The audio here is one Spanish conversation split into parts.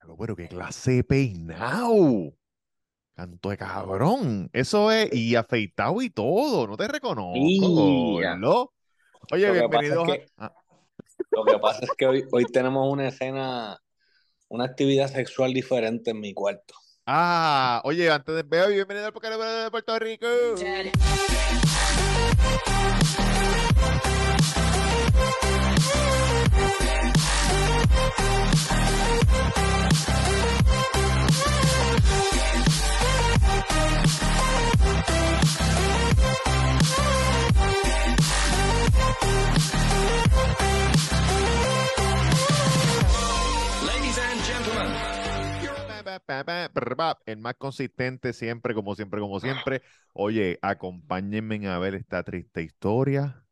Pero, pero qué clase de peinado. Canto de cabrón. Eso es, y afeitado y todo. No te reconozco. Iya. gordo. Oye, Lo que pasa bienvenidos. es que- a- ah, Lo que pasa es que hoy, hoy tenemos una escena, una actividad sexual diferente en mi cuarto. ah, oye, antes de veo, bienvenido al Poker de Puerto Rico. Pa, pa, pa, pa, prr, pa. El más consistente siempre, como siempre, como siempre. Oye, acompáñenme a ver esta triste historia.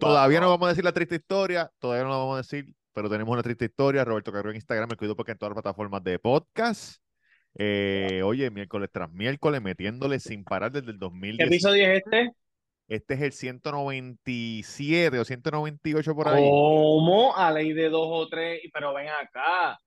Todavía no vamos a decir la triste historia, todavía no la vamos a decir, pero tenemos una triste historia. Roberto Carrero en Instagram, me cuido porque en todas las plataformas de podcast. Eh, oye, miércoles tras miércoles, metiéndole sin parar desde el 2010. es este? Este es el 197 o 198 por ahí. ¿Cómo? A ley de dos o tres, pero ven acá.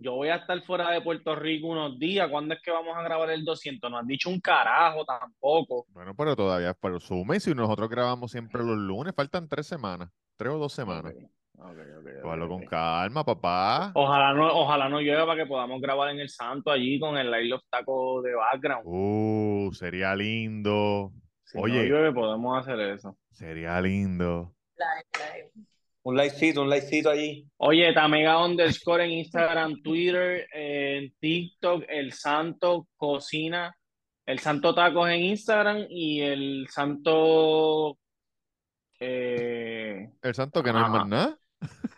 Yo voy a estar fuera de Puerto Rico unos días. ¿Cuándo es que vamos a grabar el 200? No han dicho un carajo tampoco. Bueno, pero todavía, pero sume, si nosotros grabamos siempre los lunes, faltan tres semanas, tres o dos semanas. Cógelo con calma, papá. Ojalá no, ojalá no llueva para que podamos grabar en el Santo allí con el Isle of Taco de background. Uh, sería lindo, Si no Oye. llueve, podemos hacer eso. sería lindo. Un likecito, un likecito allí. Oye, Tamega underscore en Instagram, Twitter, eh, en TikTok, El Santo Cocina, El Santo Tacos en Instagram y El Santo... eh, El santo que no es Ajá. más nada.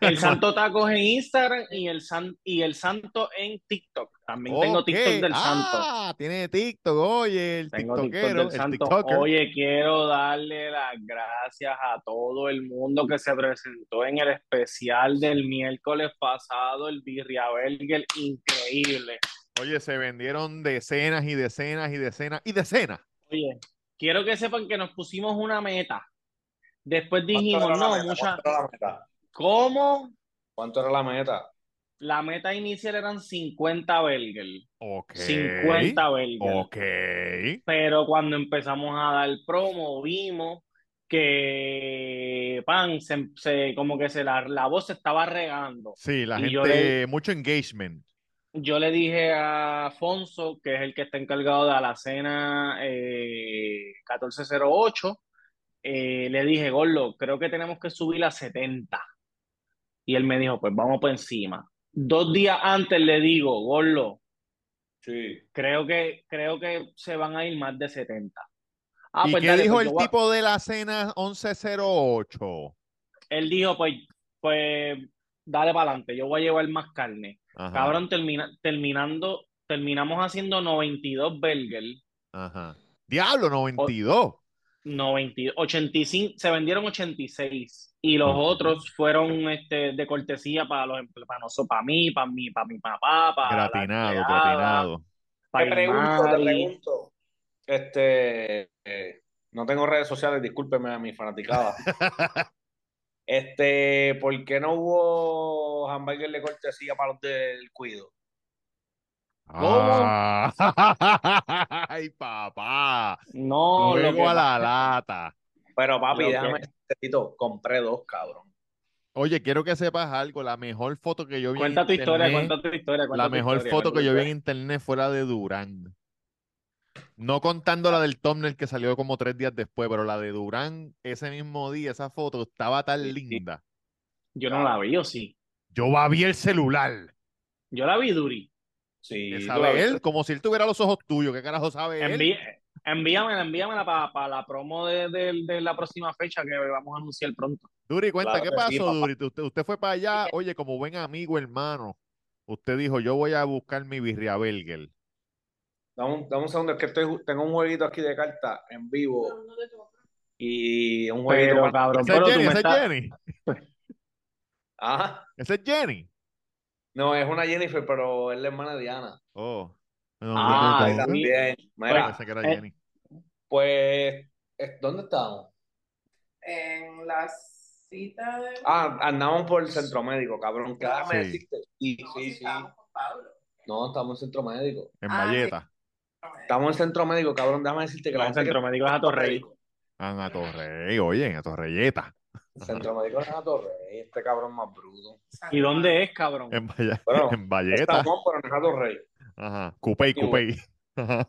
el Santo Tacos en Instagram y el, san, y el Santo en TikTok. También tengo Ok. TikTok del Santo. Ah, tiene TikTok, oye, el Tengo TikTok tiktokero, del el Santo. tiktoker. Oye, quiero darle las gracias a todo el mundo que se presentó en el especial del miércoles pasado, el Birria Burger, increíble. Oye, se vendieron decenas y decenas y decenas y decenas. Oye, quiero que sepan que nos pusimos una meta. Después ¿Cuánto era dijimos, la no, meta? mucha, ¿Cuánto era la meta? ¿cómo? ¿Cuánto era la meta? La meta inicial eran 50 belger, Ok. 50 belger. Ok. Pero cuando empezamos a dar promo, vimos que, pan, se, se- como que se la, la voz se estaba regando. Sí, la Y yo gente, mucho engagement. Yo le dije a Afonso, que es el que está encargado de Alacena eh, 1408, eh, le dije, Gordo, creo que tenemos que subir a 70. Y él me dijo, pues vamos por encima. Dos días antes le digo, Gordo, Sí. creo que, creo que se van a ir más de 70. Ah, ¿Y pues qué dale, dijo pues yo el voy a- tipo de la cena 1108? Él dijo, pues, pues dale para adelante, yo voy a llevar más carne. Ajá, Cabrón, termina, terminando, terminamos haciendo 92 burgers. ajá. Diablo, 92. 90, 85, se vendieron 86 y los Ok. otros fueron este, de cortesía para los emple- para nosotros, para mí, para mí, para mi papá, para la gratinado, empleada, gratinado. para te pregunto, te Irmari. pregunto. Este, eh, no tengo redes sociales, discúlpeme a mi fanaticada. Este, ¿por qué no hubo hamburger de cortesía para los del cuido? Ah, ay, papá. No, lo que Luego a pasa- la lata. Pero papi, Lo que- déjame decirte, compré dos, cabrón. Oye, quiero que sepas algo. La mejor foto que yo vi en cuenta tu historia, internet, cuenta tu historia, cuenta la tu mejor historia, foto cuenta que tu yo vi en historia. internet fue la de Durán. No contando la del thumbnail que salió como tres días después, pero la de Durán, ese mismo día, esa foto estaba tan Sí, sí. linda. Yo no la vi, o sí. Yo babí el celular. Yo la vi, Duri. Sí, ¿Qué tú la sabe viste. él? Como si él tuviera los ojos tuyos. ¿Qué carajo sabe él? Enví- envíamela, envíamela para la promo de, de- de la próxima fecha que vamos a anunciar pronto. Duri, cuenta, Claro ¿qué que sí, pasó, papá. Duri? Usted, usted fue para allá, oye, como buen amigo, hermano. Usted dijo, yo voy a buscar mi birria burger. Dame un, dame un segundo, es que estoy ju- tengo un jueguito aquí de carta en vivo y un jueguito Pero, para- cabrón, Esa es pero tú Jenny, me esa es estás... Jenny. Ajá. Esa es Jenny. Ah, No, es una Jennifer, pero es la hermana de Diana. Oh. No, Ah, no, Ahí no, no. sí. también. Ah, Mira, pensé que era Eh, Jenny. pues, eh, ¿dónde estamos? en la cita de... Ah, andamos por el centro médico, cabrón. Déjame Sí. decirte. Sí, No, sí, sí. estábamos con Pablo. No, estamos en centro médico. En Ah, sí. Valleta. Estamos en centro médico, cabrón. Déjame decirte que la El gente que centro médico es a Torrey. Ah, A Torrey, oye, en a Torreyeta. El centro médico es a Torrey, este cabrón más bruto. ¿Y dónde es, cabrón? En, Valla- Bueno, en Valleta. Estamos por en Torrey. Ajá. Cupey, Sí, Cupey. Ajá.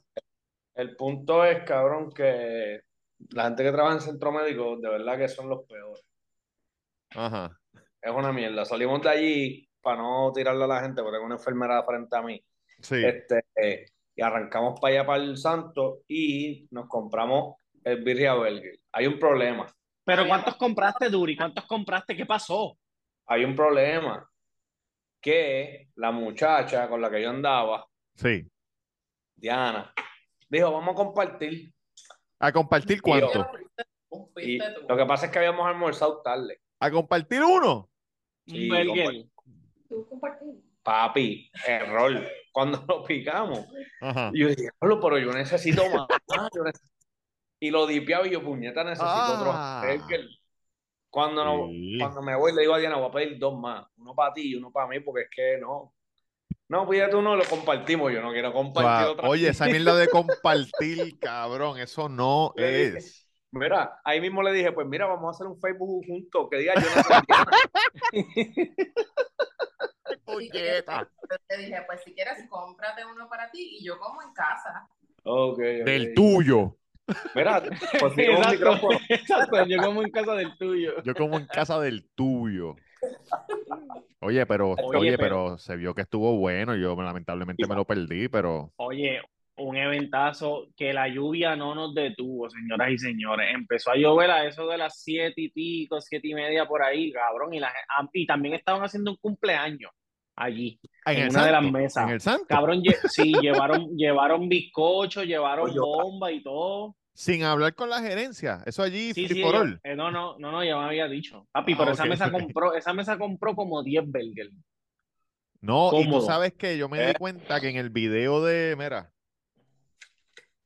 El punto es, cabrón, que la gente que trabaja en centro médico, de verdad que son los peores. Ajá. Es una mierda. Salimos de allí para no tirarle a la gente, porque tengo una enfermera frente a mí. Sí. Este, eh, y arrancamos para allá, para el Santo, y nos compramos el birria burger. Hay un problema. Pero ¿cuántos compraste, Duri? ¿Cuántos compraste? ¿Qué pasó? Hay un problema. Que la muchacha con la que yo andaba, Sí. Diana, dijo, vamos a compartir. ¿A compartir cuánto? Y lo que pasa es que habíamos almorzado tarde. ¿A compartir uno? Un Sí, burger. Tú compartí. Papi, error. Cuando lo picamos, Ajá. yo dije, "Diablo, pero yo necesito más. yo neces- Y lo dipeaba y yo, puñeta, necesito otro Ah. burger. Cuando, no, Sí. cuando me voy, le digo a Diana, voy a pedir dos más. Uno para ti y uno para mí, porque es que no. No, pídete uno, lo compartimos. Yo no quiero compartir Cua- otra Oye, esa mierda de compartir, cabrón, eso no Le dije, es. Mira, ahí mismo le dije, pues mira, vamos a hacer un Facebook juntos, que diga yo no soy Diana. Puñeta. Te dije, pues si quieres, cómprate uno para ti y yo como en casa. Ok, ok. Del tuyo. Mira, conseguimos un Exacto, micrófono. exacto, yo como en casa del tuyo. Yo como en casa del tuyo. Oye, pero, oye, Oye, pero, se vio que estuvo bueno. Yo lamentablemente me lo perdí, pero Oye, un eventazo que la lluvia no nos detuvo, señoras y señores. Empezó a llover a eso de las siete y pico, siete y media por ahí, cabrón. Y, la, ah, y también estaban haciendo un cumpleaños allí, en, en el una de las santo, mesas. en el santo, Cabrón, lle- sí, llevaron, llevaron bizcocho, llevaron Oye, bomba y todo. sin hablar con la gerencia. Eso allí, Sí, sí, sí, ellos- eh, no, no, no, no, ya me había dicho. Papi, Ah, pero esa ok, mesa ok. compró, esa mesa compró como 10 burgers. No, y tú Cómodo. sabes que yo me di Eh. cuenta que en el video de, mira,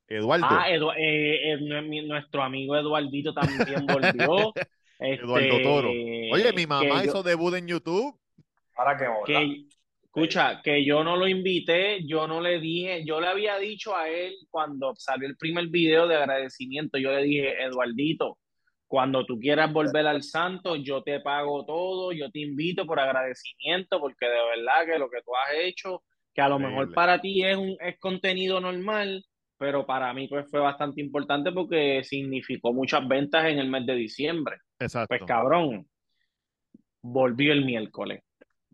Eduardo, Ah, Edu- eh, eh, nue- mi- nuestro amigo Eduardito también volvió. Este, Eduardo Toro. eh, oye, mi mamá hizo hizo debut en YouTube. Ahora que hola. que escucha, que yo no lo invité, yo no le dije, yo le había dicho a él cuando salió el primer video de agradecimiento, yo le dije, Eduardito, cuando tú quieras volver al Santo, yo te pago todo, yo te invito por agradecimiento, porque de verdad que lo que tú has hecho, que a lo mejor Increíble. para ti es un es contenido normal, pero para mí pues fue bastante importante porque significó muchas ventas en el mes de diciembre. Pues Exacto. cabrón, volvió el miércoles.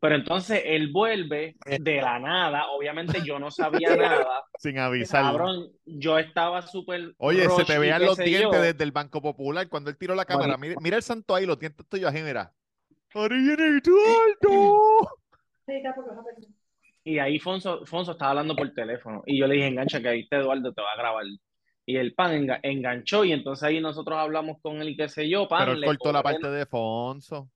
Pero entonces él vuelve Eh. de la nada. Obviamente yo no sabía nada. sin avisar. Pues Cabrón, yo estaba súper. Oye, se rush te y veían qué los sé dientes yo. desde el Banco Popular cuando él tiró la cámara. Mira, mira el santo ahí, los dientes tuyos así, mira. alto! Y ahí Fonso, Fonso estaba hablando por teléfono. Y yo le dije, engancha que ahí está Eduardo, te va a grabar. Y el pan enga- enganchó. Y entonces ahí nosotros hablamos con él y qué sé yo. Pan, Pero él le cortó la cobré parte de Fonso.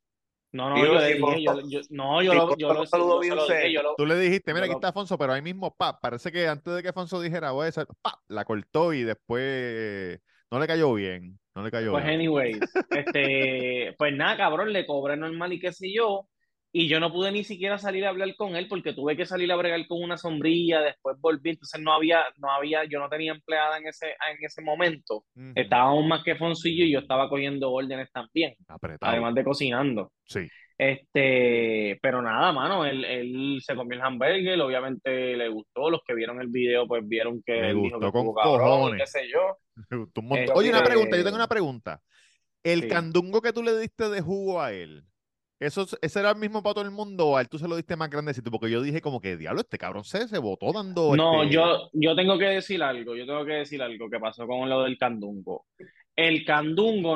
No, no, Digo, yo le si dije, Fonso- yo- yo- no, yo si lo, yo Fonso lo- no saludó yo se bien lo dije, serio. yo lo- Tú le dijiste, mira, aquí Yo lo- está Fonso, pero ahí mismo, pa, parece que antes de que Fonso dijera, voy a hacer, pa, la cortó y después no le cayó bien. No le cayó Pues bien. anyways, este, pues nada, cabrón, le cobré normal y qué sé yo, y yo no pude ni siquiera salir a hablar con él porque tuve que salir a bregar con una sombrilla, después volví, entonces no había, no había, yo no tenía empleada en ese, en ese momento. Ujú. Estábamos más que Fonsillo y yo estaba cogiendo órdenes también, Apretado. además de cocinando. Sí. Este, pero nada, mano, él, él se comió el hamburger, obviamente le gustó, los que vieron el video pues vieron que Le él dijo que gustó con estuvo cabrón y cojones. qué sé yo. Tú un montón. Este- Oye, una pregunta, yo tengo una pregunta. El Sí. candungo que tú le diste de jugo a él, ¿eso, es- ¿ese era el mismo para todo el mundo o a él tú se lo diste más grandecito? Porque yo dije como que, diablo, este cabrón se, se botó dando... No, este- yo, yo tengo que decir algo, yo tengo que decir algo que pasó con lo del candungo. El candungo,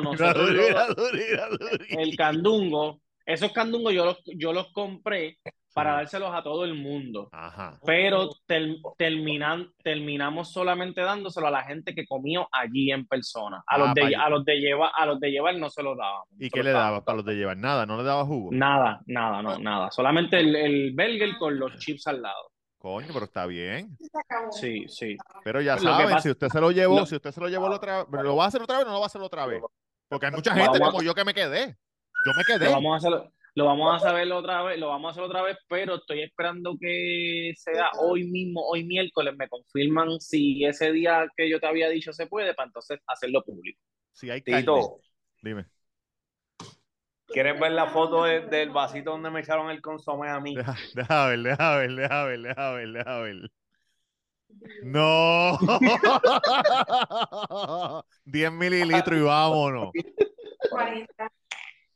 Mira, nosotros lo- mira, mira, mira. el candungo, esos candungos yo los, yo los compré para Sí. dárselos a todo el mundo, Ajá. pero ter- terminan, terminamos solamente dándoselo a la gente que comió allí en persona. A Ah, los de, vaya. a los de llevar, a los de llevar no se los dábamos. ¿Y se qué los le dabas dábamos. para los de llevar? Nada, no le dabas Mm. jugo. Nada, nada, no, nada. Solamente el, el burger con los chips al lado. Coño, pero está bien. Sí, sí. Pero ya Pues lo que saben, pasa- si usted se lo llevó, lo- si usted se lo llevó la otra ¿lo va a hacer otra vez o no lo va a hacer otra vez? Porque hay mucha Vamos gente a- como yo que me quedé. Yo me Lo quedé. vamos a hacer, Lo vamos a saber otra vez, lo vamos a hacer otra vez, pero estoy esperando que sea hoy mismo, hoy miércoles, me confirman si ese día que yo te había dicho se puede, para entonces hacerlo público. Si hay carne, Tito, dime. ¿quieres ver la foto de- del vasito donde me echaron el consomé a mí? Deja, deja ver, deja ver, deja ver, deja ver, deja ver. No. 10 mililitros y vámonos. 40.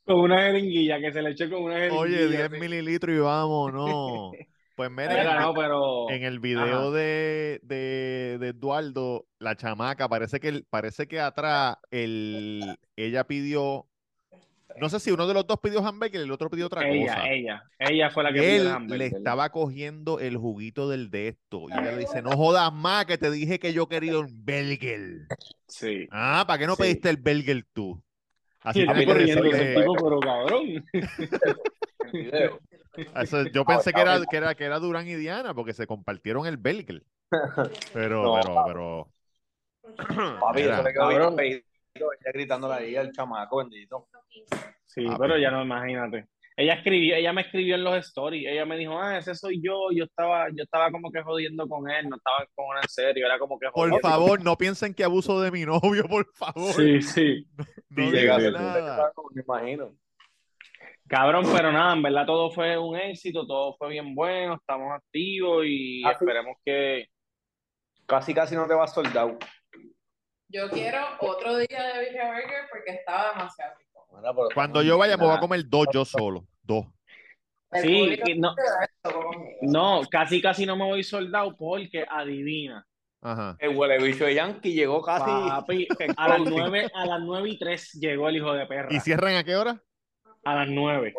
Con una jeringuilla, que se le echó con una jeringuilla. Oye, 10 sí. mililitros y vámonos. Pues Mira, mira, no, pues, pero... en el video de, de, de Eduardo, la chamaca, parece que, el- parece que atrás el, ella pidió, no sé si uno de los dos pidió hamburger y el otro pidió otra ella, cosa. ella, ella fue la que pidió el Él hamburger. le estaba cogiendo el juguito del de esto. Y ella le dice, no jodas más que te dije que yo quería un belger. Sí. Ah, ¿para qué no Sí. pediste el belger tú? Así Y tiene está que eh, corriendo ese decirle- tipo, pero cabrón. El video. Eso, yo pensé que era, que, era, que era Durán y Diana porque se compartieron el Belgel. Pero, No, pero, pero. Papi, Mira. eso le quedó Cabrón. bien feíto, ella gritándole ahí al chamaco, bendito. Sí, Ah, pero pero- ya no, imagínate. Ella escribió, ella me escribió en los stories, ella me dijo, ah, ese soy yo, yo estaba, yo estaba como que jodiendo con él, no estaba con él en serio, era como que Por jodiendo. favor, no piensen que abuso de mi novio, por favor. Sí, sí. no Y digan llega a ser- nada. Ah, me imagino. Cabrón, pero nada, en verdad todo fue un éxito, todo fue bien bueno, estamos activos y Ah, sí. esperemos que... Casi, casi no te vas soldado. Yo quiero otro día de Virgen Burger porque estaba demasiado rico. Cuando yo vaya, me voy a Nada. comer dos yo solo. Dos. El Sí, público y no, estuvo conmigo. no, casi casi no me voy soldado porque adivina. Ajá. El huele bicho de Yankee llegó Ah, casi. Papi, a las nueve, a las nueve y tres llegó el hijo de perra. ¿Y cierran a qué hora? A las nueve.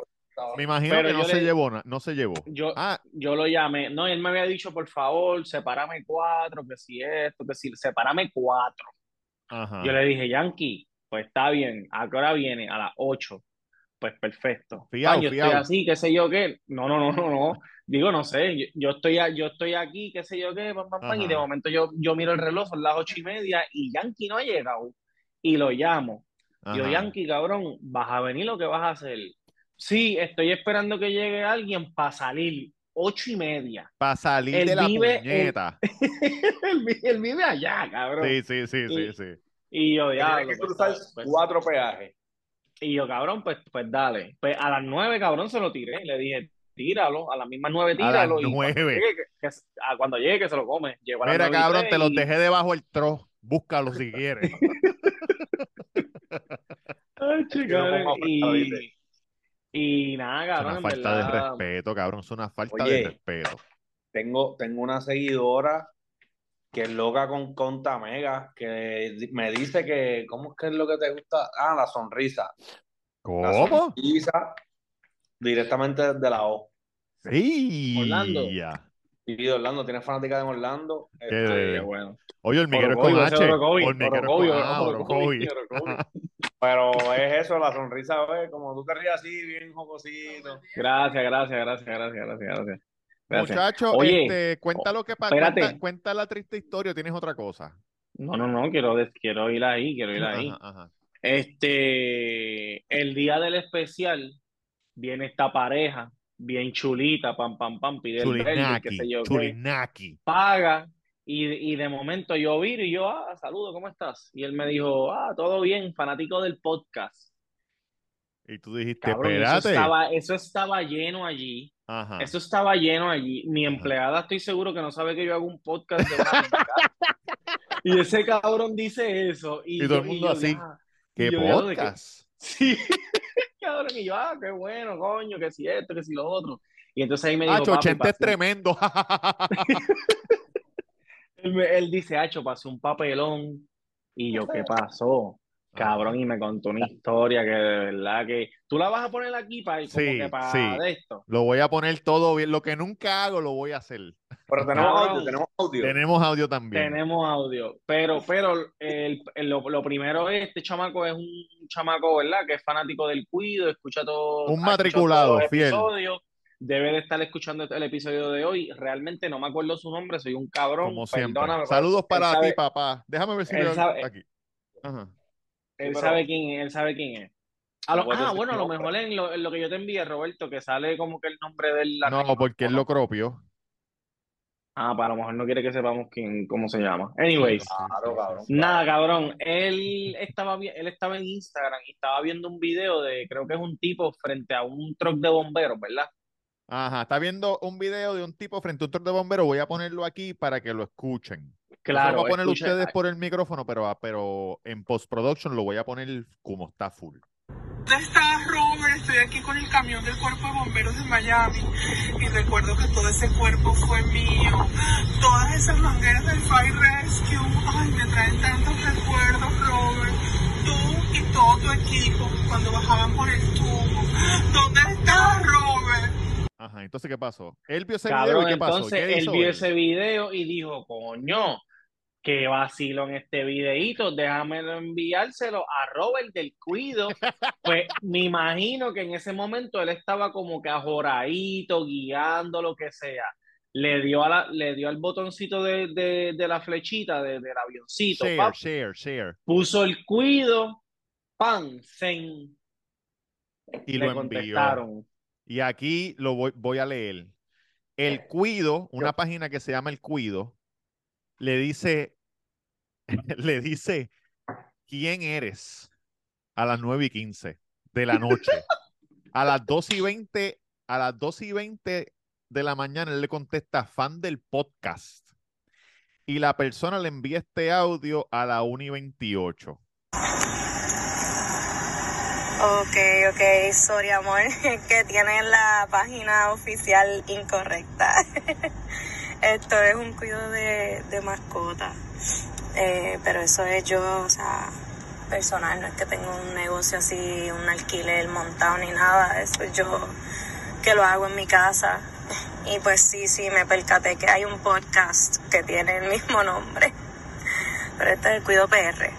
Me imagino Pero que no yo se le- llevó. na- No se llevó. Yo, Ah, Yo lo llamé, no, él me había dicho, por favor, sepárame cuatro, que si esto, que si, sepárame cuatro. ajá. Yo le dije, Yankee, pues está bien, ¿a qué hora viene? A las ocho. Pues perfecto. Fiao, Ah, yo estoy fiao. así, qué sé yo qué. No, no, no, no, no. Digo, no sé, yo, yo estoy, a- yo estoy aquí, qué sé yo qué, pam, pam, pam, y de Ajá. momento yo, yo miro el reloj, son las ocho y media, y Yankee no ha llegado. Y lo llamo. Yo, ajá. Yankee, cabrón, ¿vas a venir o qué vas a hacer? Sí, estoy esperando que llegue alguien para salir. Ocho y media. Para salir él de la vive en- puñeta. él, vi- él vive allá, cabrón. Sí, sí, sí, sí, Y- sí. Y yo, Tiene diablo, que pues, cruzar pues, cuatro peajes. y yo, cabrón, pues, pues dale. Pues a las nueve, cabrón, se lo tiré. Le dije, tíralo, a las mismas nueve, A tíralo. las y cuando nueve. llegue, que- que- a cuando llegue, que se lo come. Llegó a las Mira, nueve y cabrón, tres te los y- dejé debajo del tro. Búscalo si quieres. Ay, Yo lo chica, pongo a pensar, y, y nada, Es cabrón, una en falta de verdad, respeto, cabrón. Es una falta Oye. de respeto. Tengo, tengo una seguidora que es loca con Conta Mega, que di- me dice que, ¿cómo es que es lo que te gusta? Ah, la sonrisa. La ¿Cómo? sonrisa directamente desde la O. Sí. Orlando. Y de Orlando, tienes fanática de Orlando. Qué Este, de- qué bueno. Oye, hormiguero es con Orocovio, ese H. Orocovio, Hormiguero es Orocovio, con ah, Orocovio, Orocovio. Orocovio. pero es eso, la sonrisa, ¿ves? como tú te ríes así, bien jocosito. Gracias, gracias, gracias, gracias, gracias, gracias. Gracias. Muchacho, Oye, este, cuenta lo que pasó. espérate. Cuenta, cuenta la triste historia, tienes otra cosa. No, no, no, quiero, des- quiero ir ahí, quiero ir ahí. Ajá, ajá. Este, el día del especial viene esta pareja, bien chulita, pam, pam, pam, pide el verde, qué Chulinaki. sé yo qué, Chulinaki. paga, y, y de momento yo viro y yo, ah, saludo, ¿cómo estás? Y él me dijo, ah, todo bien, fanático del podcast. Y tú dijiste, Cabrón, eso espérate. estaba, eso estaba lleno allí, Ajá. eso estaba lleno allí. Mi Ajá. empleada estoy seguro que no sabe que yo hago un podcast de una amiga. Y ese cabrón dice eso, y Y todo yo- el y mundo yo, así, "Ah". ¿Qué y yo, diablo, ¿de qué? podcast? Sí, cabrón, y yo, ah, qué bueno, coño, que si esto, que si lo otro. Y entonces ahí me dijo, Ah, papi, Chochente es pasé- tremendo. él, me- él dice, Acho, pasé un papelón. Y yo, ¿qué pasó? Cabrón, y me contó Ah. una historia que de verdad que. Tú la vas a poner aquí para como Sí, que para sí. de esto. Lo voy a poner todo bien. Lo que nunca hago, lo voy a hacer. Pero tenemos Cabrón. audio, tenemos audio. Tenemos audio también. Tenemos audio. Pero, pero el- el- lo, lo primero es, este chamaco es un chamaco, ¿verdad? Que es fanático del cuido, escucha todo. Un ha escuchado matriculado, todos los fiel. episodios, debe de estar escuchando el episodio de hoy. Realmente no me acuerdo su nombre, soy un cabrón. Como siempre. perdóname, pero Saludos para él ti, sabe- papá. Déjame ver si él veo sabe- aquí. Ajá. Él Sí, pero- sabe quién es, él sabe quién es. A lo- No puede ah, ser bueno, a lo nombre. mejor en lo, en lo que yo te envié, Roberto, que sale como que el nombre del No, porque él lo cropió. Ah, para lo mejor no quiere que sepamos quién, cómo se llama. Anyways, Claro, cabrón. nada, cabrón. Él estaba, vi- él estaba en Instagram y estaba viendo un video de, creo que es un tipo frente a un truck de bomberos, ¿verdad? Ajá, está viendo un video de un tipo frente a un truck de bomberos. Voy a ponerlo aquí para que lo escuchen. Claro, lo voy a poner escucha- ustedes por el micrófono, pero, ah, pero en post-production lo voy a poner como está full. ¿Dónde está Robert? Estoy aquí con el camión del Cuerpo de Bomberos de Miami y recuerdo que todo ese cuerpo fue mío. Todas esas mangueras del Fire Rescue, ay, me traen tantos recuerdos, Robert. Tú y todo tu equipo cuando bajaban por el tubo. ¿Dónde está Robert? Ajá, entonces, ¿qué pasó? Él vio ese Cabrón, este video y ¿qué pasó? entonces ¿Qué él hizo vio él? ese video y dijo, coño, qué vacilo en este videíto, déjame enviárselo a Robert del Cuido. Pues me imagino que en ese momento él estaba como que ajoradito, guiando, lo que sea. Le dio, a la- le dio al botoncito de, de- de la flechita, de- del avioncito, Share, pap, share, share. puso el cuido, pan, sen, Y le lo envió. contestaron. Y aquí lo voy, voy a leer. El Cuido, una página que se llama El Cuido, le dice, le dice, ¿quién eres? A las 9 y 15 de la noche. A las 2 y 20, a las 2 y 20 de la mañana, él le contesta, fan del podcast. Y la persona le envía este audio a la 1 y 28. Ok, ok, sorry amor, que tiene la página oficial incorrecta. Esto es un cuido de, de mascota, Eh, pero eso es yo, o sea, personal, no es que tengo un negocio así, un alquiler montado ni nada, eso es yo que lo hago en mi casa. Y pues sí, sí, me percaté que hay un podcast que tiene el mismo nombre, pero este es el cuido PR,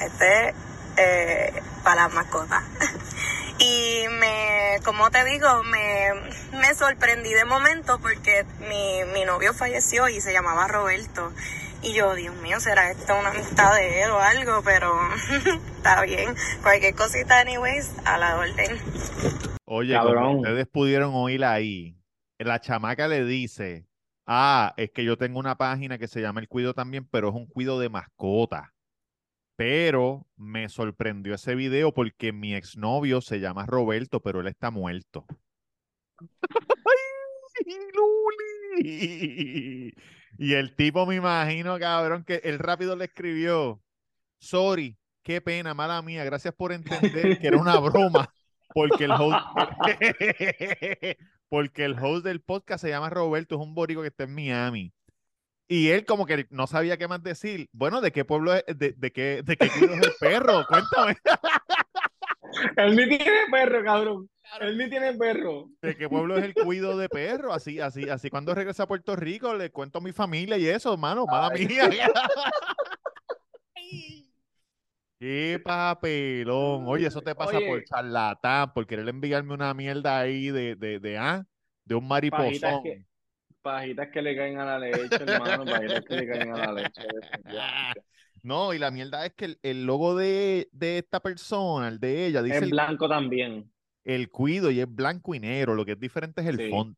este es eh, para las mascotas. Y me, como te digo, me, me sorprendí de momento porque mi, mi novio falleció y se llamaba Roberto. Y yo, Dios mío, ¿será esto una amistad de él o algo? Pero está bien. Cualquier cosita, anyways, a la orden. Oye, como Cabrón. ustedes pudieron oír ahí, la chamaca le dice, ah, es que yo tengo una página que se llama El Cuido también, pero es un cuido de mascota. Pero me sorprendió ese video porque mi exnovio se llama Roberto, pero él está muerto. ¡Ay, Luli! Y el tipo, me imagino, cabrón, que él rápido le escribió, sorry, qué pena, mala mía, gracias por entender que era una broma, porque el host, porque el host del podcast se llama Roberto, es un borico que está en Miami. Y él como que no sabía qué más decir. Bueno, ¿de qué pueblo es, de, de qué, de qué cuido es el perro? Cuéntame, Él ni tiene perro, cabrón. Él ni tiene perro. ¿de qué pueblo es el cuido de perro? Así, así, así cuando regresa a Puerto Rico, le cuento a mi familia y eso, hermano, mala mía. Qué papelón. Oye, eso te pasa por Oye. charlatán, por querer enviarme una mierda ahí de, de, de, ah, de un mariposón. Pajitas que, pajitas que le caen a la leche, hermano, pajitas que le caen a la leche. definitivamente. No, y la mierda es que el, el logo de, de esta persona, el de ella, dice Es el, blanco también. el cuido y es blanco y negro. Lo que es diferente es el Sí. font.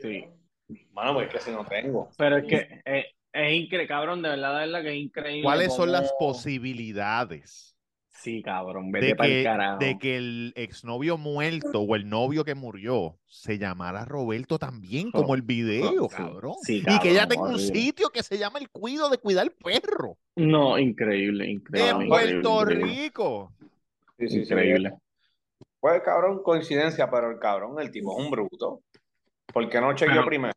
Sí. Mano, pues es que si no tengo. Pero es que eh, es increíble, cabrón, de verdad, de verdad que es increíble. ¿Cuáles son las cómo- posibilidades Sí, cabrón, vete de pa'l que, carajo. de que el exnovio muerto o el novio que murió se llamara Roberto también, como el video, sí, cabrón? sí, Y que ella cabrón, tenga un horrible. sitio que se llama El Cuido de Cuidar Perro No, increíble, de increíble. Puerto increíble, Rico. Sí, sí, sí. Increíble. Pues cabrón, coincidencia, pero el cabrón, el tipo es un bruto. ¿Por qué no chequeó Pero- primero?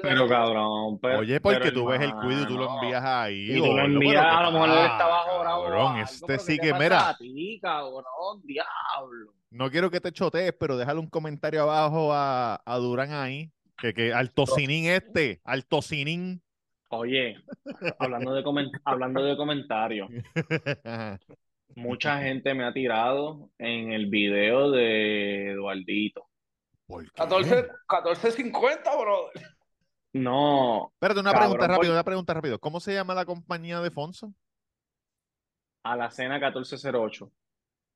Pero cabrón, pero, Oye, porque pero, tú ves el cuido y tú lo hermano, envías ahí. Y tú lo gordo, pero envías, ¿qué a lo mejor él tal, estaba jorado o Cabrón, algo, este pero ¿qué sí te que, pasa mira, a ti, cabrón, diablo. no quiero que te chotees, pero déjale un comentario abajo a, a Durán ahí. Que, que al tocinín este, al tocinín. Oye, hablando de comen- hablando de comentarios, mucha gente me ha tirado en el video de Eduardito. ¿Por qué? 14, 14.50, bro. No, Espérate, una Cabrón, pregunta rápido, por- una pregunta rápido. ¿Cómo se llama la compañía de Fonso? a la cena 1408.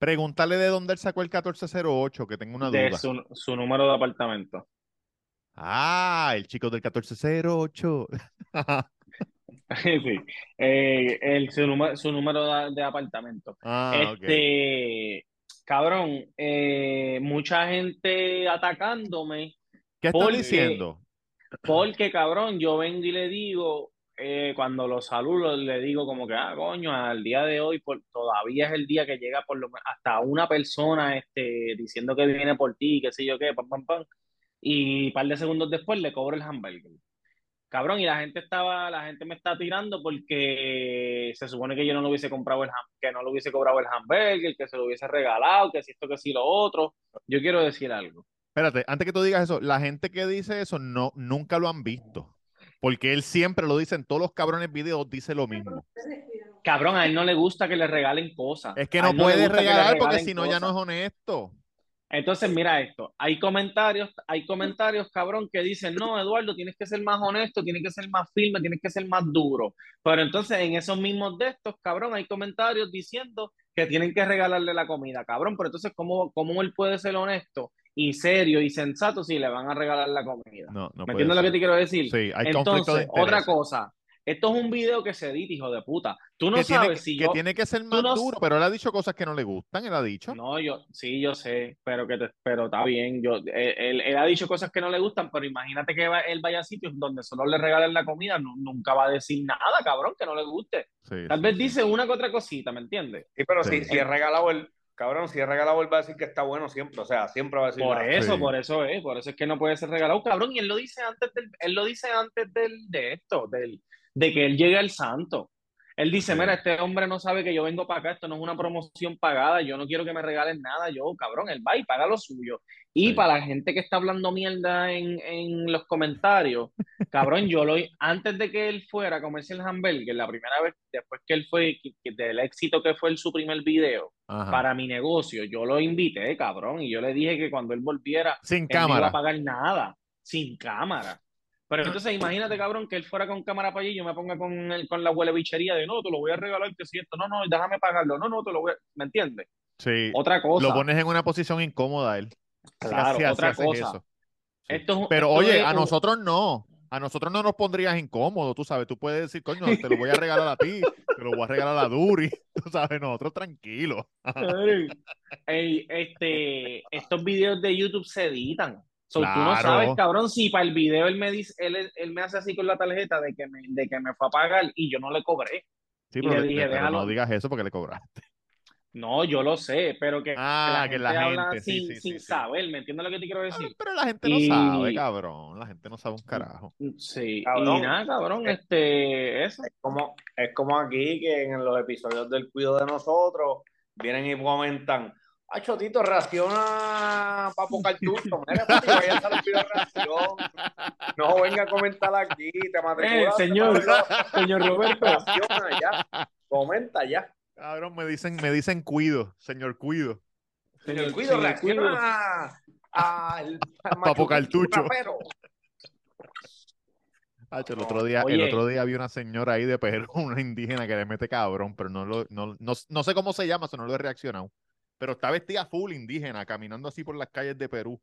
Preguntarle de dónde él sacó el 1408, que tengo una duda. de su, su número de apartamento. Ah, el chico del 1408. Sí. Eh, el, su, número, su número de, de apartamento. Ah, ok. este, cabrón, eh, mucha gente atacándome ¿Qué estás porque- diciendo? Porque, cabrón, yo vengo y le digo, eh, cuando lo saludo, le digo como que, ah, coño, al día de hoy por, todavía es el día que llega por lo menos hasta una persona este, diciendo que viene por ti, qué sé yo qué, pam, pam, pam. Y un par de segundos después le cobro el hamburger. Cabrón, y la gente estaba, la gente me está tirando porque se supone que yo no lo hubiese comprado el ham- que no lo hubiese cobrado el hamburger, que se lo hubiese regalado, que si esto, que si lo otro. Yo quiero decir algo. Espérate, antes que tú digas eso, la gente que dice eso no, nunca lo han visto. Porque él siempre lo dice en todos los cabrones videos, dice lo mismo. Cabrón, a él no le gusta que le regalen cosas. Es que A no él le puede gusta que le regalar porque regalen si no ya no cosas. es honesto. Entonces, mira esto. Hay comentarios, hay comentarios, cabrón, que dicen, no, Eduardo, tienes que ser más honesto, tienes que ser más firme, tienes que ser más duro. Pero entonces, en esos mismos de estos, cabrón, hay comentarios diciendo que tienen que regalarle la comida, cabrón. Pero entonces, ¿cómo, cómo él puede ser honesto y serio y sensato si le van a regalar la comida? No, no ¿Me puede entiendes lo que ser. te quiero decir? Sí, hay conflicto de Entonces, otra intereses. cosa. Esto es un video que se edita, hijo de puta. Tú no que, tiene, sabes que- si que yo... tiene que ser más no- duro, pero él ha dicho cosas que no le gustan, él ha dicho. No, yo sí, yo sé, pero que te, pero está bien. Yo, eh, él, él ha dicho cosas que no le gustan, pero imagínate que va- él vaya a sitios donde solo le regalen la comida, nu- nunca va a decir nada, cabrón, que no le guste. Sí, Tal sí, vez sí. dice una que otra cosita, ¿me entiendes? Sí, pero Sí. si, si es regalado el. Cabrón, si es regalado él va a decir que está bueno siempre. O sea, siempre va a decir. Por "Ah, eso, Sí. por eso es, por eso es que no puede ser regalado, cabrón. Y él lo dice antes del, él lo dice antes del, de esto, del, de que él llegue al santo. Él dice, Sí. mira, este hombre no sabe que yo vengo para acá, esto no es una promoción pagada, yo no quiero que me regalen nada, yo, cabrón, él va y paga lo suyo. Y Sí. para la gente que está hablando mierda en, en los comentarios, cabrón, yo lo, antes de que él fuera a comerse el hamburger, la primera vez, después que él fue, que- que del éxito que fue el, su primer video, Ajá. para mi negocio. Yo lo invité, cabrón, y yo le dije que cuando él volviera, Sin él no iba cámara. a pagar nada, sin cámara. Pero entonces imagínate, cabrón, que él fuera con cámara para allí y yo me ponga con, el, con la huelebichería de no, te lo voy a regalar, que si esto, no, no, déjame pagarlo, no, no, te lo voy a... ¿Me entiendes? Sí. Otra cosa. Lo pones en una posición incómoda él. Si Claro, hace- si otra haces cosa. eso. Sí. Esto es un- Pero esto oye, es a un- nosotros no. A nosotros no nos pondrías incómodo, tú sabes. Tú puedes decir, coño, te lo voy a regalar a ti, te lo voy a regalar a Duri. Tú sabes, nosotros tranquilos. Ey, este, estos videos de YouTube se editan. So, Tú no Claro. sabes, cabrón, si para el video él me dice, él, él me hace así con la tarjeta de que me, de que me fue a pagar y yo no le cobré. Sí, Y pero, le le- dije, pero déjalo. no digas eso porque le cobras. No, yo lo sé, pero que Ah, que la habla gente, sí, sin, sí, sí, sin sí. saber, ¿me entiendes lo que te quiero Ah, decir? Pero la gente no Y- sabe, cabrón. La gente no sabe un carajo. Sí, Cabrón. y nada, cabrón, este, eso. Es como, es como aquí que en los episodios del Cuido de Nosotros vienen y comentan. Ah, Chotito, reacciona Papo Cartucho. Mira, papi, vaya a los videos de reacción. No venga a comentar aquí. Te matriculas. Eh, señor. te matriculas, Señor Roberto, Reacciona ya. Comenta ya. Cabrón, me dicen, me dicen cuido, señor cuido. El Cuido reacciona a, al- al Papo Machu Picchu Cartucho. rapero. Hacho, el otro día, el Oye. otro día vi una señora ahí de Perú, una indígena que le mete cabrón, pero no lo, no, no, no sé cómo se llama, eso no lo he reaccionado. Pero está vestida full indígena, caminando así por las calles de Perú.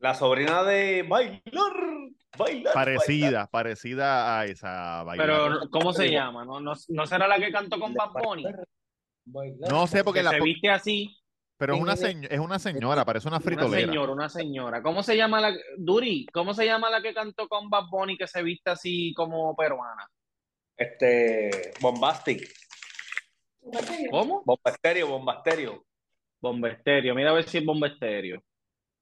La sobrina de Bailar. Bailar. Parecida, parecida a esa bailarina. Pues, Pero, ¿cómo se llama? ¿No, no, no será la que cantó con Bad Bunny? Bailar. no sé porque Que la se viste así. pero es una tiene- seño- es una señora, parece una Una fritolera. señora, una señora. ¿Cómo se llama la Duri? ¿Cómo se llama la que cantó con Bad Bunny que se viste así como peruana? Este. Bombastic. ¿Cómo? Bombasterio, bombasterio. Bombesterio. Mira a ver si es Bombesterio.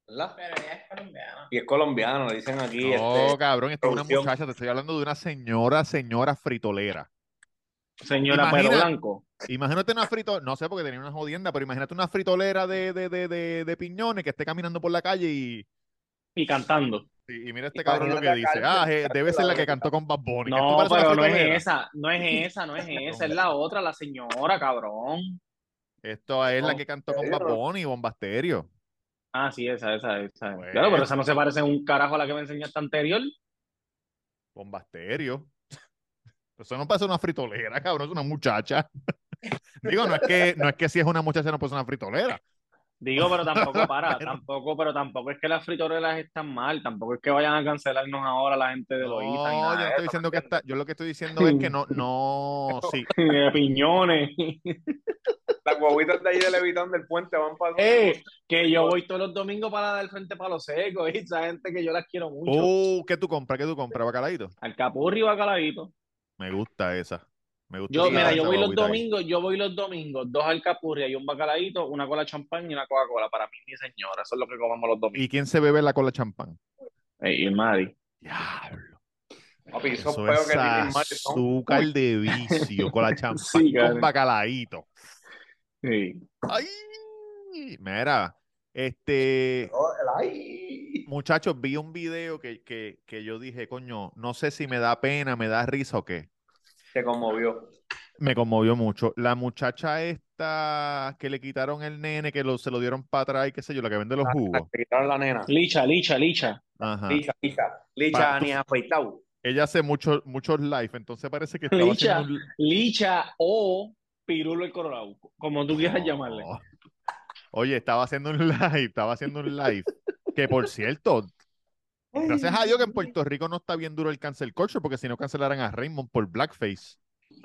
¿Verdad? Pero ella es colombiana. Y es colombiano, le dicen aquí. No, este, cabrón, esta es una producción. muchacha, te estoy hablando de una señora, señora fritolera. Señora Imagina- Pelo Blanco. Imagínate una frito, no sé porque tenía una jodienda, pero imagínate una fritolera de, de, de, de, de piñones que esté caminando por la calle y, Y cantando. y, y mira este Imagínate cabrón lo que a dice. Carmen Ah, je- cantando debe ser la la que oreja. cantó con Bad Bunny. que esto No, parece una pero no fritolera. es esa, no es esa, no es esa, es la otra, la señora, cabrón. Esto es la No, que cantó con Bad serio. Bunny, Bombasterio. Ah, sí, esa, esa, esa. Pues. Claro, pero esa no se parece un carajo a la que me enseñaste anterior. Bombasterio. Eso no parece una fritolera, cabrón, es una muchacha. Digo, no es que, no es que si es una muchacha no puede ser una fritolera. Digo, pero tampoco para, tampoco, pero tampoco es que las fritoreras están mal, tampoco es que vayan a cancelarnos ahora la gente de No, Loíza. ni nada yo no de estoy eso, diciendo ¿me que está, yo lo que estoy diciendo es que no, no, sí. entiendes? Piñones. Las guaguitas de ahí del Levitón del puente van para Eh, que yo voy todos los domingos para dar el frente palo seco, y esa gente que yo las quiero mucho. Uh, ¿qué tú compras? ¿Qué tú compras? Bacalaíto. Al capurri bacalaíto. Me gusta esa. Me gusta Yo, esa- mira, yo esa voy los guaguita ahí. domingos, yo voy los domingos, dos al capurri y un bacalaíto, una cola champaña y una Coca-Cola. Para mí, mi señora, eso es lo que comemos los domingos. ¿Y quién se bebe la cola champán? Ey, y el Mari. Diablo. Papi, eso Eso peor es que tienen mal, son azúcar de vicio con la champán Sí, con Karen. bacalaíto. Sí. Ay, mira, este, Oh, Ay. muchachos, vi un video que, que, que yo dije, coño, no sé si me da pena, me da risa o qué. Se conmovió. Me conmovió mucho. La muchacha esta que le quitaron el nene, que lo, se lo dieron para atrás y qué sé yo, la que Ah, vende los jugos. Le quitaron la nena. Licha, licha, licha. Ajá. Licha, licha. Pa- Licha, tú- ni afeitado. Ella hace muchos muchos live, entonces parece que estaba Licha. haciendo un- Licha o Pirulo el Colorado, como tú quieras llamarle. No. Oye, estaba haciendo un live, estaba haciendo un live. Que por cierto, gracias a Dios que en Puerto Rico no está bien duro el cancel culture, porque si no cancelaran a Raymond por blackface. Sí,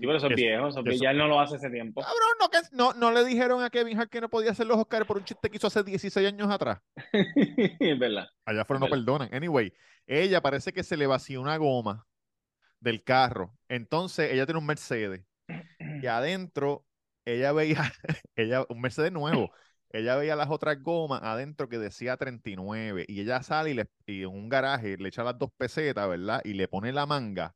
pero eso es Eso- viejo, eso es eso- viejo, ya él no lo hace ese tiempo. Cabrón, no, can- no, no le dijeron a Kevin Hart que no podía hacer los Oscars por un chiste que hizo hace 16 años atrás. Es verdad. Allá afuera no Verdad. perdonan. Anyway, ella parece que se le vació una goma del carro. Entonces, ella tiene un Mercedes. Y adentro, ella veía, ella, un Mercedes nuevo. Ella veía las otras gomas adentro que decía 39. Y ella sale y, le- y en un garaje le echa las dos pesetas, ¿verdad? Y le pone la manga.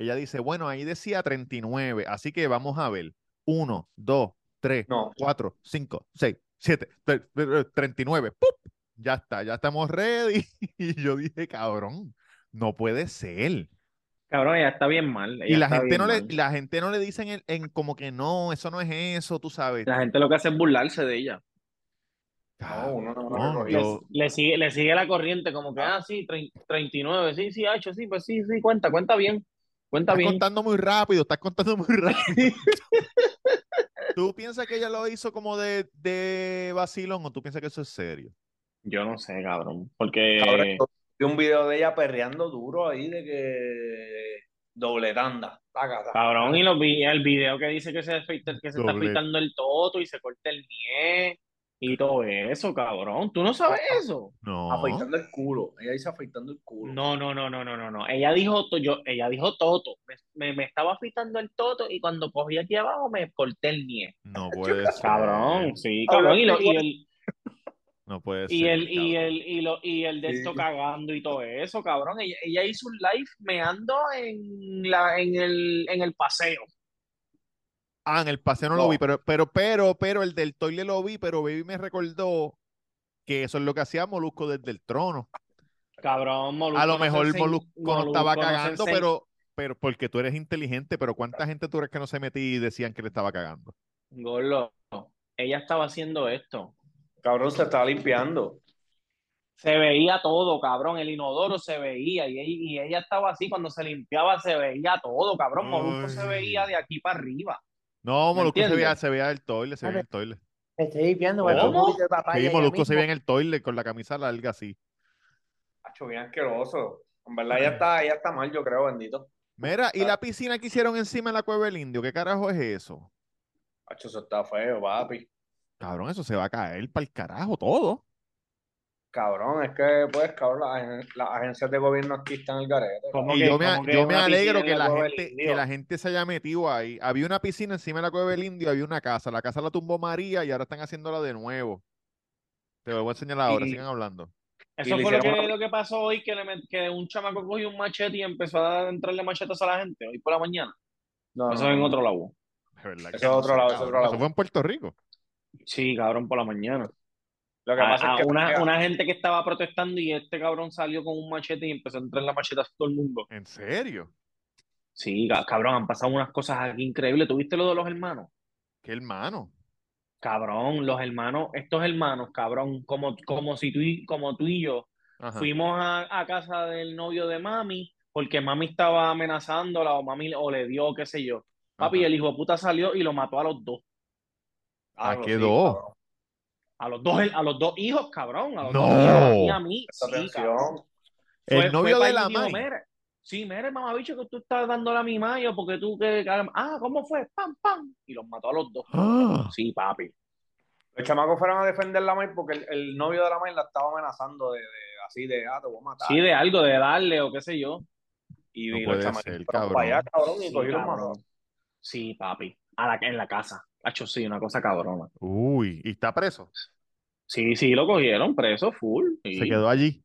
Ella dice, bueno, ahí decía 39. Así que vamos a ver. Uno, dos, tres, No. 4, 5, 6, 7, 39. ¡Pup! Ya está, ya estamos ready. Y yo dije, cabrón, no puede ser. Cabrón, ella está bien mal. Y ella la está gente, bien no le, mal. la gente no le dicen en, en como que no, eso no es eso, tú sabes. La gente lo que hace es burlarse de ella. No, uno no, Cabrón, no, no, yo- no. Le sigue, le sigue la corriente, como que, ah, sí, trein- 39, sí, sí, hacho, sí, pues sí, sí, cuenta, cuenta bien. Cuenta Estás bien. contando muy rápido, estás contando muy rápido. ¿Tú piensas que ella lo hizo como de, de vacilón o tú piensas que eso es serio? Yo no sé, cabrón, Eh. porque Cabrón, yo vi un video de ella perreando duro ahí de que doble tanda. Taca, taca. Cabrón, y los vi- el video que dice que se, afeita- que se está Doble. afeitando el toto y se corta el pie y todo eso, cabrón. ¿Tú no sabes eso? No. Ah, pues Afeitando el culo. Ella dice afeitando el culo. No, no, no, no, no, no, no. Ella dijo, to- yo, ella dijo toto. Me, me- me estaba afeitando el toto y cuando cogí aquí abajo me corté el pie. No puede ser. Cabrón, sí, cabrón. Y, lo- y el, No puede y ser. el, y cabrón. el, y lo, y el de esto Sí. cagando y todo eso, cabrón. Ella, ella hizo un live meando en la, en el, en el paseo. Ah, en el paseo no lo No. vi, pero, pero, pero, pero el del toile lo vi, pero Baby me recordó que eso es lo que hacía Molusco desde el trono. Cabrón, Molusco. A lo no se mejor ense- Molusco, no estaba Molusco no se cagando, ense- pero, pero porque tú eres inteligente, pero ¿cuánta gente tú eres que no se metía y decían que le estaba cagando? Gordo, ella estaba haciendo esto. Cabrón, se estaba limpiando. Se veía todo, cabrón. El inodoro se veía y, e- y ella estaba así. Cuando se limpiaba, se veía todo, cabrón. Molusco se Ay. veía de aquí para arriba. No, ¿Me Molusco se veía, entiendes? se veía en el toile, se Ah, veía en el toile. Me estoy limpiando, ¿Cómo? guarda un poquito de papaya Sí, yo Molusco se mismo. veía en el toile con la camisa larga así. Hacho, bien asqueroso. En verdad, ella está, ella está mal, yo creo, bendito. Mira, y la piscina que hicieron encima de la cueva del indio, ¿qué carajo es eso? Hacho, eso está feo, papi. Cabrón, eso se va a caer para el carajo todo. Cabrón, es que, pues, cabrón, las, agen- las agencias de gobierno aquí están al garete. Como Y que- yo me, como que yo una me alegro piscina en que la la, cueva del gente, que indio. la gente se haya metido ahí. Había una piscina encima de la cueva del indio, había una casa. La casa la tumbó María y ahora están haciéndola de nuevo. Te lo voy a enseñar ahora, Y- sigan hablando. Eso le fue lo que, hicieron lo que pasó hoy, que, le met- que un chamaco cogió un machete y empezó a entrarle machetas a la gente hoy por la mañana. No, Eso no, es en no. otro lado. De verdad que Eso es no otro sé, lado, eso es cabrón. otro lado. Eso fue en Puerto Rico. Sí, cabrón, por la mañana. Lo que A- pasa a es que Ah, una, una gente que estaba protestando y este cabrón salió con un machete y empezó a entrarle machetas a todo el mundo. ¿En serio? Sí, ca- cabrón, han pasado unas cosas aquí increíbles. ¿Tuviste lo de los hermanos? Qué hermano. Cabrón, los hermanos, estos hermanos, cabrón, como, como si tú y, como tú y yo Ajá. fuimos a, a casa del novio de mami porque mami estaba amenazándola o mami o le dio, qué sé yo. Papi, Ajá. el hijo de puta salió y lo mató a los dos. Ah, ¿A los Ah, qué hijos, dos? cabrón. A los dos, a los dos hijos, cabrón. A los ¡No! dos hijos, a mí, a mí. Presta sí, cabrón. atención. El Fue- novio fue de pa' la ahí, dijo, May. "Mere, sí, mire, mamabicho, que tú estás dándole a mi mayo porque tú que. Ah, ¿cómo fue? Pam, pam. Y los mató a los dos. Ah. Sí, papi. Los chamacos fueron a defender la May porque el, el novio de la May la estaba amenazando de, de- así de, ah, te voy a matar. Sí, de algo, de darle o qué sé yo. y, No y puede los chamaquitos ser, fueron cabrón. para allá, cabrón, y Sí, cogieron cabrón. mano. Sí, papi. A la, en la casa. Hacho, sí, una cosa cabrona. Uy, y está preso. Sí, sí, lo cogieron preso, full. Se sí. quedó allí.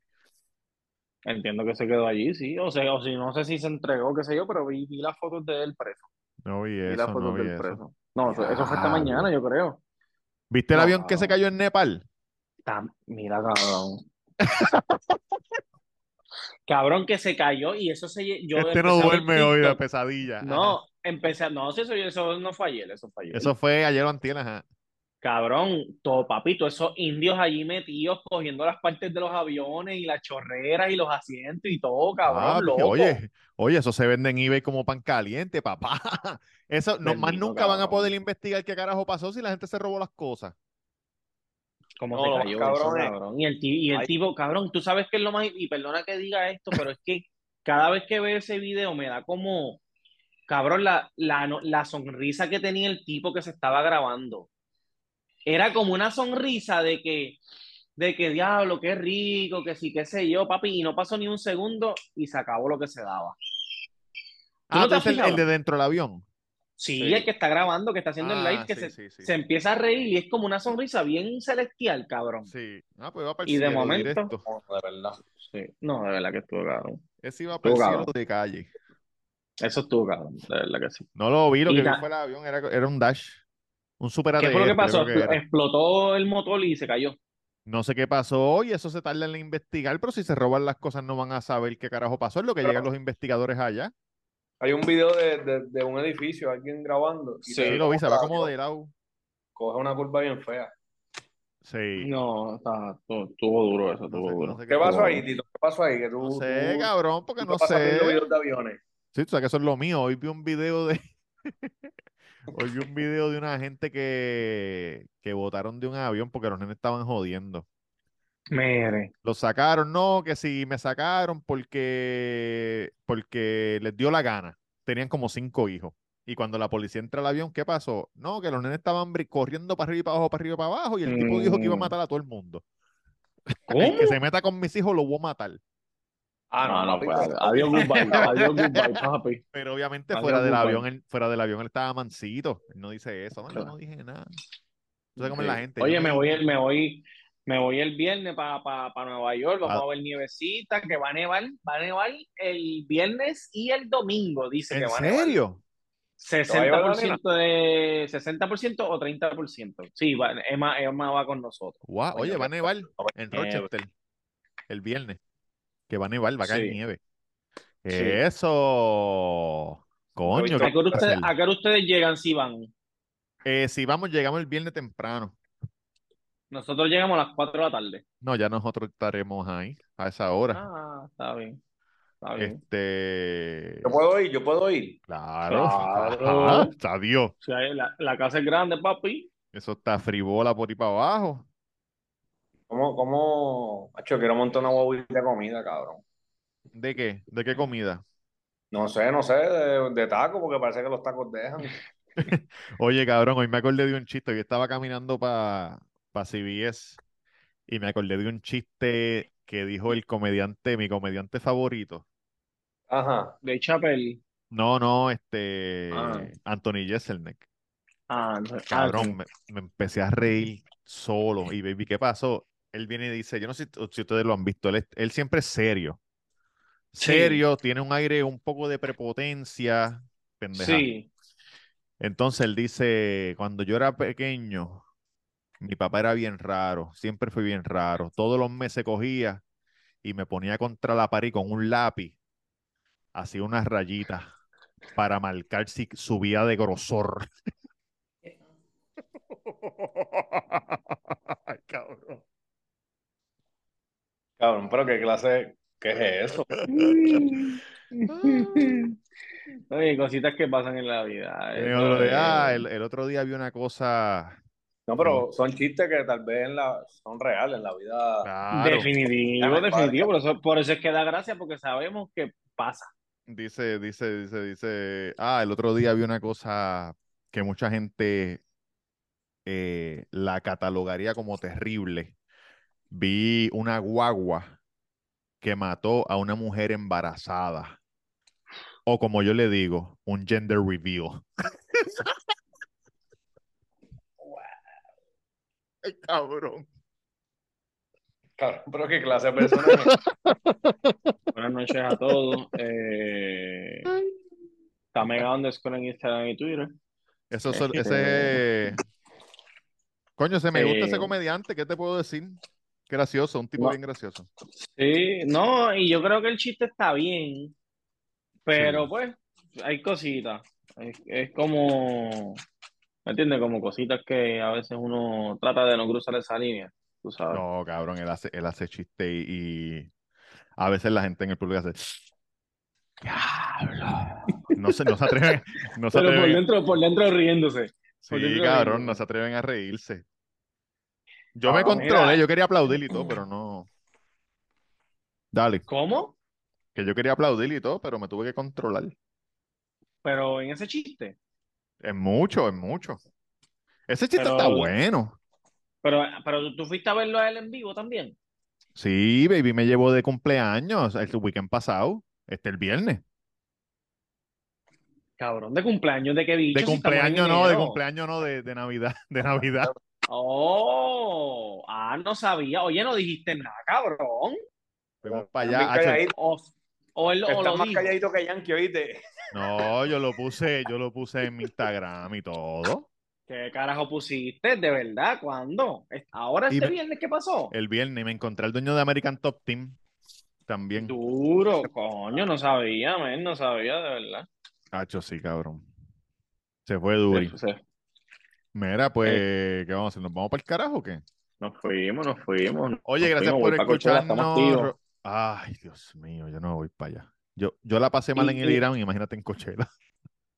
Entiendo que se quedó allí, sí. O sea, o si no sé si se entregó, qué sé yo, pero vi, vi las fotos de él preso. No vi Vi las eso, fotos no vi del eso. preso. No, eso, eso fue esta Diablo. mañana, yo creo. ¿Viste el No, avión que se cabrón. cayó en Nepal? Ta- Mira, cabrón. Cabrón que se cayó y eso se... lle- Yo este no empecé a ver duerme hoy de TikTok. pesadilla. Ajá. No, empecé... a- No, si eso, eso no fue ayer, eso fue ayer. Eso fue ayer o antier, ajá. Cabrón, todo papito, esos indios allí metidos cogiendo las partes de los aviones y las chorreras y los asientos y todo, cabrón, Papi, loco. Ah, Oye, oye, eso se vende en eBay como pan caliente, papá. Eso, no, más Bendito, nunca van a cabrón. poder investigar qué carajo pasó si la gente se robó las cosas. Cómo No, se los cayó eso, eh. cabrones. cabrón. Y el, ti- y el Ay. tipo, cabrón, tú sabes que es lo más, y perdona que diga esto, pero es que cada vez que veo ese video me da como, cabrón, la, la, no- la sonrisa que tenía el tipo que se estaba grabando. Era como una sonrisa de que, de que diablo, qué rico, que sí, qué sé yo, papi, y no pasó ni un segundo y se acabó lo que se daba. ¿Tú Ah, no te has dices el, el de fijado? dentro del avión. Sí, Sí. el que está grabando, que está haciendo el Ah, live, que sí, se, sí, sí, se empieza a reír y es como una sonrisa bien celestial, cabrón. Sí. Ah, pues va para el Y de cielo momento- directo. No, de verdad. Sí, no, de verdad que estuvo cabrón. Ese iba para el Tú, cielo cabrón. de calle. Eso estuvo cabrón, de verdad que sí. No lo vi, lo Y que vi ta- fue el avión, era, era un dash. Un super ¿Qué fue lo ATR, que yo pasó? eh creo que era. Explotó el motor y se cayó. No sé qué pasó y eso se tarda en investigar, pero si se roban las cosas no van a saber qué carajo pasó. Es lo que Pero- llegan los investigadores allá. Hay un video de, de- de un edificio, alguien grabando. y Sí, se ve lo vi, se cómo va la- como de lado. Coge una curva bien fea. Sí. No, está- estuvo, estuvo duro eso, No sé- estuvo no duro. sé ¿Qué pasó pasó. ahí, Tito? ¿Qué pasó ahí? Que tú, No sé, tú- cabrón, porque tú no pasas viendo sé. videos de aviones. Sí, tú sabes que eso es lo mío. Hoy vi un video de. Hoy vi un video de una gente que, que botaron de un avión porque los nenes estaban jodiendo. Mere. Los sacaron, no, que si me sacaron porque, porque les dio la gana. Tenían como cinco hijos. Y cuando la policía entra al avión, ¿qué pasó? No, que los nenes estaban bri- corriendo para arriba y para abajo, para arriba y para abajo, y el tipo dijo que iba a Mm. matar a todo el mundo. El ¿Cómo? que se meta con mis hijos lo voy a matar. Ah, No, no, papi, pues, no. adiós, goodbye, adiós, goodbye, papi. Pero obviamente Adiós, fuera del Guzmán. avión, él, fuera del avión, él estaba mansito. Él no dice eso. No, yo Claro. no dije nada. Tú sabes cómo es la Sí. gente. Oye, yo me me- voy, el- me voy, me voy el viernes para Nueva York, vamos Ah. a ver nievecita, que va a nevar, va a nevar el viernes y el domingo, dice que ¿En va a nevar. serio? 60% de 60% o 30%. Sí, va- Emma, Emma va con nosotros. Guau, Coño, oye, qué va a nevar en Nieve. Rochester el viernes. Que va a nevar, va a caer Sí. nieve. Sí. Eso. Coño, visto- ¿qué ¿A qué hora va a ustedes, hacer? a qué hora ustedes llegan si van? Eh, si vamos, llegamos el viernes temprano. Nosotros llegamos a las 4 de la tarde. No, ya nosotros estaremos ahí a esa hora. Ah, está bien. Está bien. Este. Yo puedo ir, yo puedo ir. Claro. Claro. Ajá, adiós. Si hay- la, la casa es grande, papi. Eso está frivola por ahí para abajo. ¿Cómo, cómo? Acho, quiero montar una guaguita de comida, cabrón. ¿De qué? ¿De qué comida? No sé, no sé, de, de taco, porque parece que los tacos dejan. Oye, cabrón, hoy me acordé de un chiste. Yo estaba caminando para pa CBS y me acordé de un chiste que dijo el comediante, mi comediante favorito. Ajá. De Chapel. No, no, este, Ah. Anthony Jeselnik. Ah, no, ah, Cabrón, sí. me, me empecé a reír solo. Y baby, ¿qué pasó? Él viene y dice, yo no sé si, si ustedes lo han visto, él, es- él siempre es serio. Sí. Serio, tiene un aire un poco de prepotencia, pendeja. Sí. Entonces él dice, cuando yo era pequeño, mi papá era bien raro, siempre fue bien raro. Todos los meses cogía y me ponía contra la pared y con un lápiz, hacía unas rayitas para marcar si subía de grosor. Ay, cabrón. Cabrón, pero qué clase, ¿qué es eso? Oye, cositas que pasan en la vida. El Eso otro es- día, "Ah, el, el otro día vi una cosa. No, pero son chistes que tal vez en la, son reales en la vida. Claro. Definitivo, Dame, definitivo. Por eso, por eso es que da gracia, porque sabemos que pasa. Dice, dice, dice, dice. Ah, el otro día vi una cosa que mucha gente eh, la catalogaría como terrible. Vi una guagua que mató a una mujer embarazada. O como yo le digo, un gender reveal. Ay, cabrón. Cabrón, pero qué clase de persona es. Buenas noches a todos. Eh, está mega underscore en Instagram y Twitter. Eso, Eh, es solo- Este- ese. Coño, se me gusta ese Eh. comediante, ¿qué te puedo decir? Gracioso, un tipo No. bien gracioso. Sí, no, y yo creo que el chiste está bien, pero Sí. pues hay cositas. Es, es como, ¿me entiendes? Como cositas que a veces uno trata de no cruzar esa línea, tú sabes. No, cabrón, él hace, él hace chiste y, y a veces la gente en el público hace. "Diablo". No se, no se atreven, no se Pero por atreven. dentro, por dentro riéndose. por Sí, dentro cabrón, riendo. no se atreven a reírse. Yo me Cabrón, controlé, Ah, mira. yo quería aplaudir y todo, pero no. Dale, ¿Cómo? que yo quería aplaudir y todo, pero me tuve que controlar. Pero en ese chiste. Es mucho, es mucho. Ese chiste está Pero- bueno. Pero, pero tú fuiste a verlo a él en vivo también. Sí, baby me llevó de cumpleaños el weekend pasado, este el viernes. Cabrón, de cumpleaños, ¿de qué bicho? De Si estamos en cumpleaños no, de enero. cumpleaños no, de, de Navidad, de Navidad. Oh, ah, no sabía. Oye, no dijiste nada, cabrón. Fuimos Bien para allá. Hacho, calladito, O, o él o Estás lo más dijo. calladito que Yankee, oíste. no, yo lo puse, yo lo puse en mi Instagram y todo. ¿Qué carajo pusiste? ¿De verdad? ¿Cuándo? ¿Es- ¿Ahora Y este me- viernes qué pasó? El viernes y me encontré al dueño de American Top Team también. Duro, coño, no sabía, men, no sabía, de verdad. Hacho, sí, cabrón. Se fue Duri. Se- se- Mira, Eh. pues, ¿qué vamos a hacer? ¿Nos vamos para el carajo o qué? nos fuimos, nos fuimos. Oye, nos gracias fuimos, por Paco Chula, está escucharnos. activo. Ro- Ay, Dios mío, yo no voy para allá. Yo, yo la pasé mal Y- en el y- Irán, imagínate en Coachella.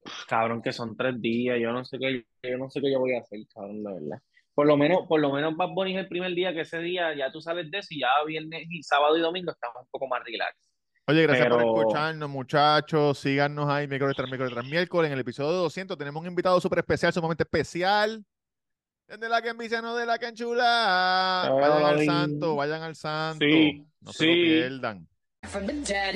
Cabrón, que son tres días, yo no sé qué, yo no sé qué yo voy a hacer, cabrón, de verdad. Por lo menos, por lo menos Bad Bunny es el primer día que ese día ya tú sales de eso y ya viernes y sábado y domingo estamos un poco más relax. Oye, gracias por Pero- escucharnos, muchachos. Síganos ahí, micro tras micro tras miércoles. En el episodio 200 tenemos un invitado súper especial, sumamente especial. Es de la que envicia, no de la que enchula. Vayan al Ay. santo, vayan al santo. Sí, No se lo sí. pierdan. From the dead.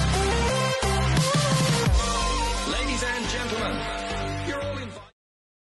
Ladies and gentlemen, you're all invited.